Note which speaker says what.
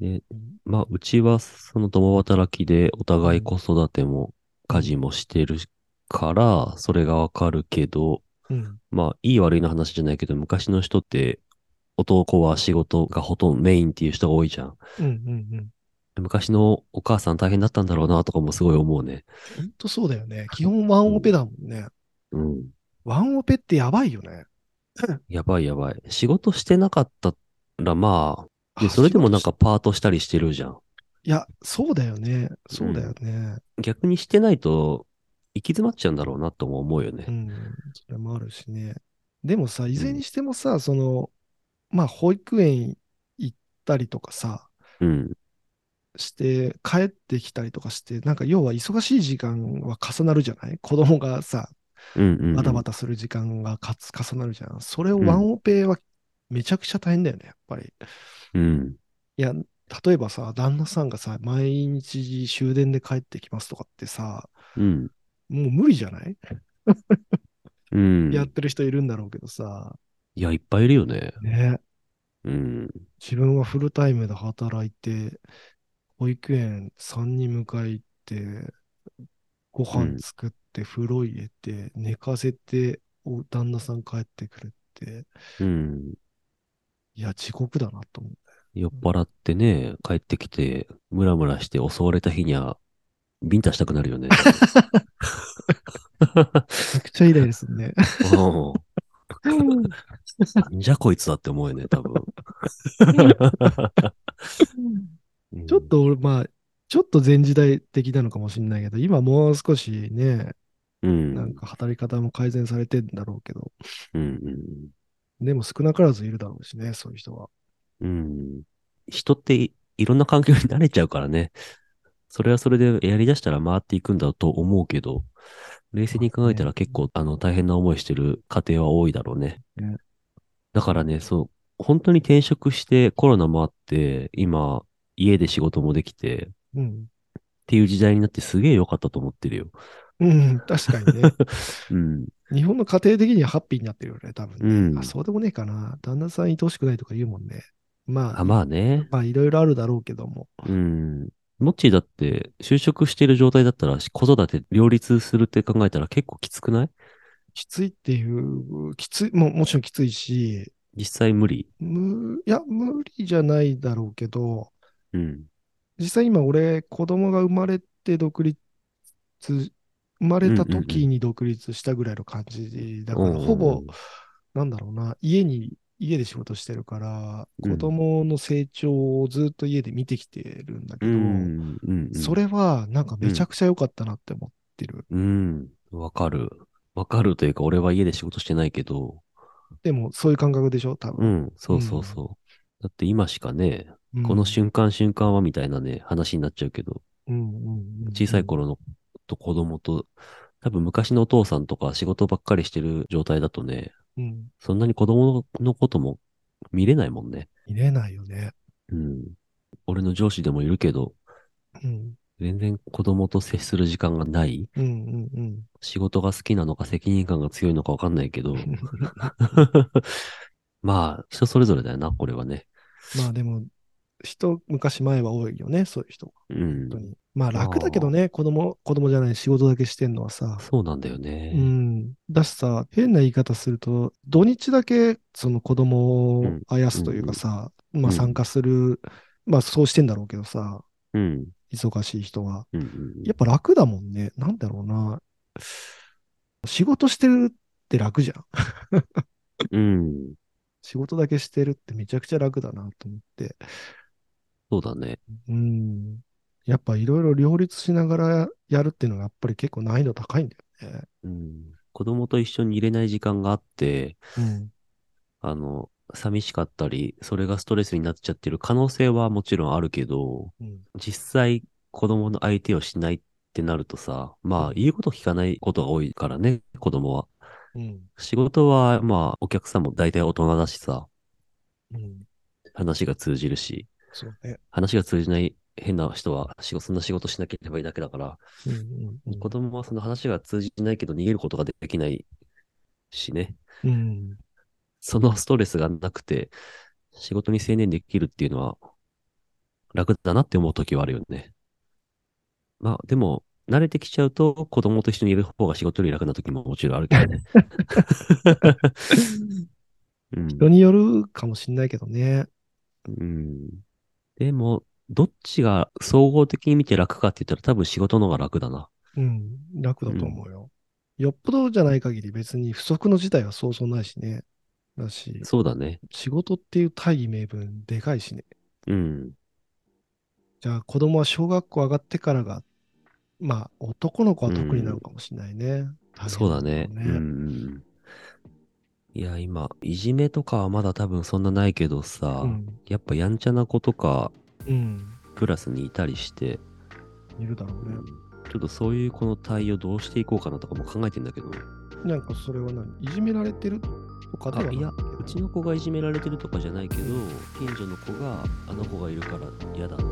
Speaker 1: で、まあ、うちはその共働きでお互い子育ても家事もしてるから、それがわかるけど、
Speaker 2: うん。
Speaker 1: まあ、いい悪いの話じゃないけど、昔の人って男は仕事がほとんどメインっていう人が多いじゃん。
Speaker 2: うんうんうん。
Speaker 1: 昔のお母さん大変だったんだろうなとかもすごい思うね。
Speaker 2: ほんとそうだよね。基本ワンオペだもんね。
Speaker 1: うん。
Speaker 2: ワンオペってやばいよね。
Speaker 1: やばいやばい。仕事してなかったら、まあ、で、それでもなんか。パートしたりしてるじゃん。
Speaker 2: いや、そうだよね。そうだよね。
Speaker 1: 逆にしてないと、行き詰まっちゃうんだろうなとも思うよね
Speaker 2: う。ん。それもあるしね。でもさ、いずれにしてもさ、その、まあ、保育園行ったりとかさ、
Speaker 1: うん。
Speaker 2: して、帰ってきたりとかして、なんか要は忙しい時間は重なるじゃない子供がさ、
Speaker 1: うんうん、うん。
Speaker 2: バタバタする時間がかつ重なるじゃん。それをワンオペはめちゃくちゃ大変だよね、やっぱり。
Speaker 1: うん。
Speaker 2: いや、例えばさ、旦那さんがさ、毎日終電で帰ってきますとかってさ、
Speaker 1: うん。
Speaker 2: もう無理じゃない、
Speaker 1: うん。
Speaker 2: やってる人いるんだろうけどさ、
Speaker 1: いや、いっぱいいるよね。
Speaker 2: ね、
Speaker 1: うん。
Speaker 2: 自分はフルタイムで働いて、保育園3人迎え行って、ご
Speaker 1: うん
Speaker 2: 飯作って、風呂入れて、寝かせて、お旦那さん帰ってくるって、
Speaker 1: うん。
Speaker 2: いや、地獄だなと思う。
Speaker 1: 酔っ払ってね、帰ってきて、ムラムラして襲われた日には、ビンタしたくなるよ ね。
Speaker 2: めちゃくちゃイライラす るね。
Speaker 1: うんなんじゃこいつだって思うよね、多分。うん
Speaker 2: ちょっ、と俺、まあ、ちょっと前時代的なのかもしれないけど、今もう少しね、
Speaker 1: うん。
Speaker 2: なんか働き方も改善されてんだろうけど、
Speaker 1: うんうん
Speaker 2: でも少なからずいるだろうしね、そういう人は。
Speaker 1: うん。人っていいろんな環境に慣れちゃうからね。それはそれでやりだしたら回っていくんだと思うけど、冷静に考えたら結構あの大変な思いしてる家庭は多いだろうね
Speaker 2: ね。
Speaker 1: だからね、そう、本当に転職してコロナもあって、今家で仕事もできてっ
Speaker 2: うん。
Speaker 1: ていう時代になってすげえ良かったと思ってるよ。
Speaker 2: うん、確かにね。
Speaker 1: うん。
Speaker 2: 日本の家庭的にはハッピーになってるよね、多分ね。
Speaker 1: うん
Speaker 2: あ、そうでもねえかな。旦那さん愛おしくないとか言うもんね。ま
Speaker 1: あ、
Speaker 2: あ、
Speaker 1: まあね。
Speaker 2: まあ、いろいろあるだろうけども。
Speaker 1: うん。もっちーだって就職してる状態だったら子育て両立するって考えたら結構きつくない
Speaker 2: きついっていう、きつい、もうもちろんきついし、
Speaker 1: 実際無理。
Speaker 2: む、いや、無理じゃないだろうけど、
Speaker 1: うん。
Speaker 2: 実際今俺子供が生まれて独立生まれた時に独立したぐらいの感じだから、
Speaker 1: うんうんうん
Speaker 2: ほぼなんだろうな家に家で仕事してるから
Speaker 1: うん
Speaker 2: 子供の成長をずっと家で見てきてるんだけ
Speaker 1: う
Speaker 2: ど、
Speaker 1: ん。うん。
Speaker 2: そ。れはなんかめちゃくちゃ良かったなって思ってる、
Speaker 1: うん。わかる。わかるというか、俺は家で仕事してないけど、
Speaker 2: でもそういう感覚でしょ多
Speaker 1: う
Speaker 2: 分、
Speaker 1: ん。そうそうそう。だって今しかね、
Speaker 2: うん
Speaker 1: この瞬間瞬間はみたいなね、話になっちゃうけど、
Speaker 2: うんうんうん
Speaker 1: 小さい頃のと子供と、多分昔のお父さんとか仕事ばっかりしてる状態だとね、
Speaker 2: うん
Speaker 1: そんなに子供のことも見れないもんね。
Speaker 2: 見れないよね、
Speaker 1: うん。俺の上司でもいるけど、
Speaker 2: うん、
Speaker 1: 全然子供と接する時間がない。
Speaker 2: うんうんうん
Speaker 1: 仕事が好きなのか責任感が強いのかわかんないけど、 まあ、人それぞれだよな、これはね。
Speaker 2: まあでも人昔前は多いよねそういう人
Speaker 1: う
Speaker 2: 本
Speaker 1: ん
Speaker 2: 当。に。まあ楽だけどね、子供、子供じゃない仕事だけしてんのはさ。
Speaker 1: そうなんだよ
Speaker 2: う
Speaker 1: ね。
Speaker 2: ん。だしさ、変な言い方すると、土日だけその子供を
Speaker 1: うん
Speaker 2: あやすというかさ、ま
Speaker 1: う
Speaker 2: あ
Speaker 1: ん
Speaker 2: 参加する、まあそうしてんだろうけどさ、
Speaker 1: うん。
Speaker 2: 忙しい人は。
Speaker 1: うん。
Speaker 2: やっぱ楽だもんね。なんだろうな。仕事してるって楽じゃん。
Speaker 1: うん。
Speaker 2: 仕事だけしてるってめちゃくちゃ楽だなと思って。
Speaker 1: そうだね。
Speaker 2: うん。やっぱいろいろ両立しながらやるっていうのがやっぱり結構難易度高いんだよね。
Speaker 1: うん。子供と一緒にいれない時間があって、
Speaker 2: うん。
Speaker 1: あの、寂しかったり、それがストレスになっちゃってる可能性はもちろんあるけど、
Speaker 2: うん
Speaker 1: 実際子供の相手をしないってなるとさ、まあ言うこと聞かないことが多いからね、子供は。
Speaker 2: うん
Speaker 1: 仕事はまあお客さんも大体大人だしさ、
Speaker 2: うん
Speaker 1: 話が通じるし、
Speaker 2: そうね。
Speaker 1: 話が通じない変な人は仕事、そんな仕事しなければいいだけだから、
Speaker 2: うんうんうん
Speaker 1: 子供はその話が通じないけど逃げることができないしね、
Speaker 2: うん
Speaker 1: そのストレスがなくて仕事に専念できるっていうのは楽だなって思う時はあるよね。まあ、でも、慣れてきちゃうと、子供と一緒にいる方が仕事より楽な時ももちろんあるけど ね。うん
Speaker 2: 人によるかもしんないけどね。
Speaker 1: うん。でも、どっちが総合的に見て楽かって言ったら多分仕事の方が楽だな。
Speaker 2: うん、楽だと思うよ。よっぽどじゃない限り別に不足の事態はそうそうないしね。だし、
Speaker 1: そうだね。
Speaker 2: 仕事っていう大義名分でかいしね。
Speaker 1: うん。
Speaker 2: じゃあ子供は小学校上がってからが、まあ男の子は特になのかもしれないね。大変
Speaker 1: そうだね。
Speaker 2: ろ
Speaker 1: う
Speaker 2: うん
Speaker 1: うん。いや、今、いじめとかはまだ多分そんなないけどさ、
Speaker 2: うん。
Speaker 1: やっぱやんちゃな子とか、
Speaker 2: うん。
Speaker 1: クラスにいたりして、
Speaker 2: いるだろうね。
Speaker 1: ちょっとそういう子の対応どうしていこうかなとかも考えてんだけど、
Speaker 2: なんかそれは何いじめられてるとかではな
Speaker 1: あいやうちの子がいじめられてるとかじゃないけど、近所の子が、あの子がいるから嫌だって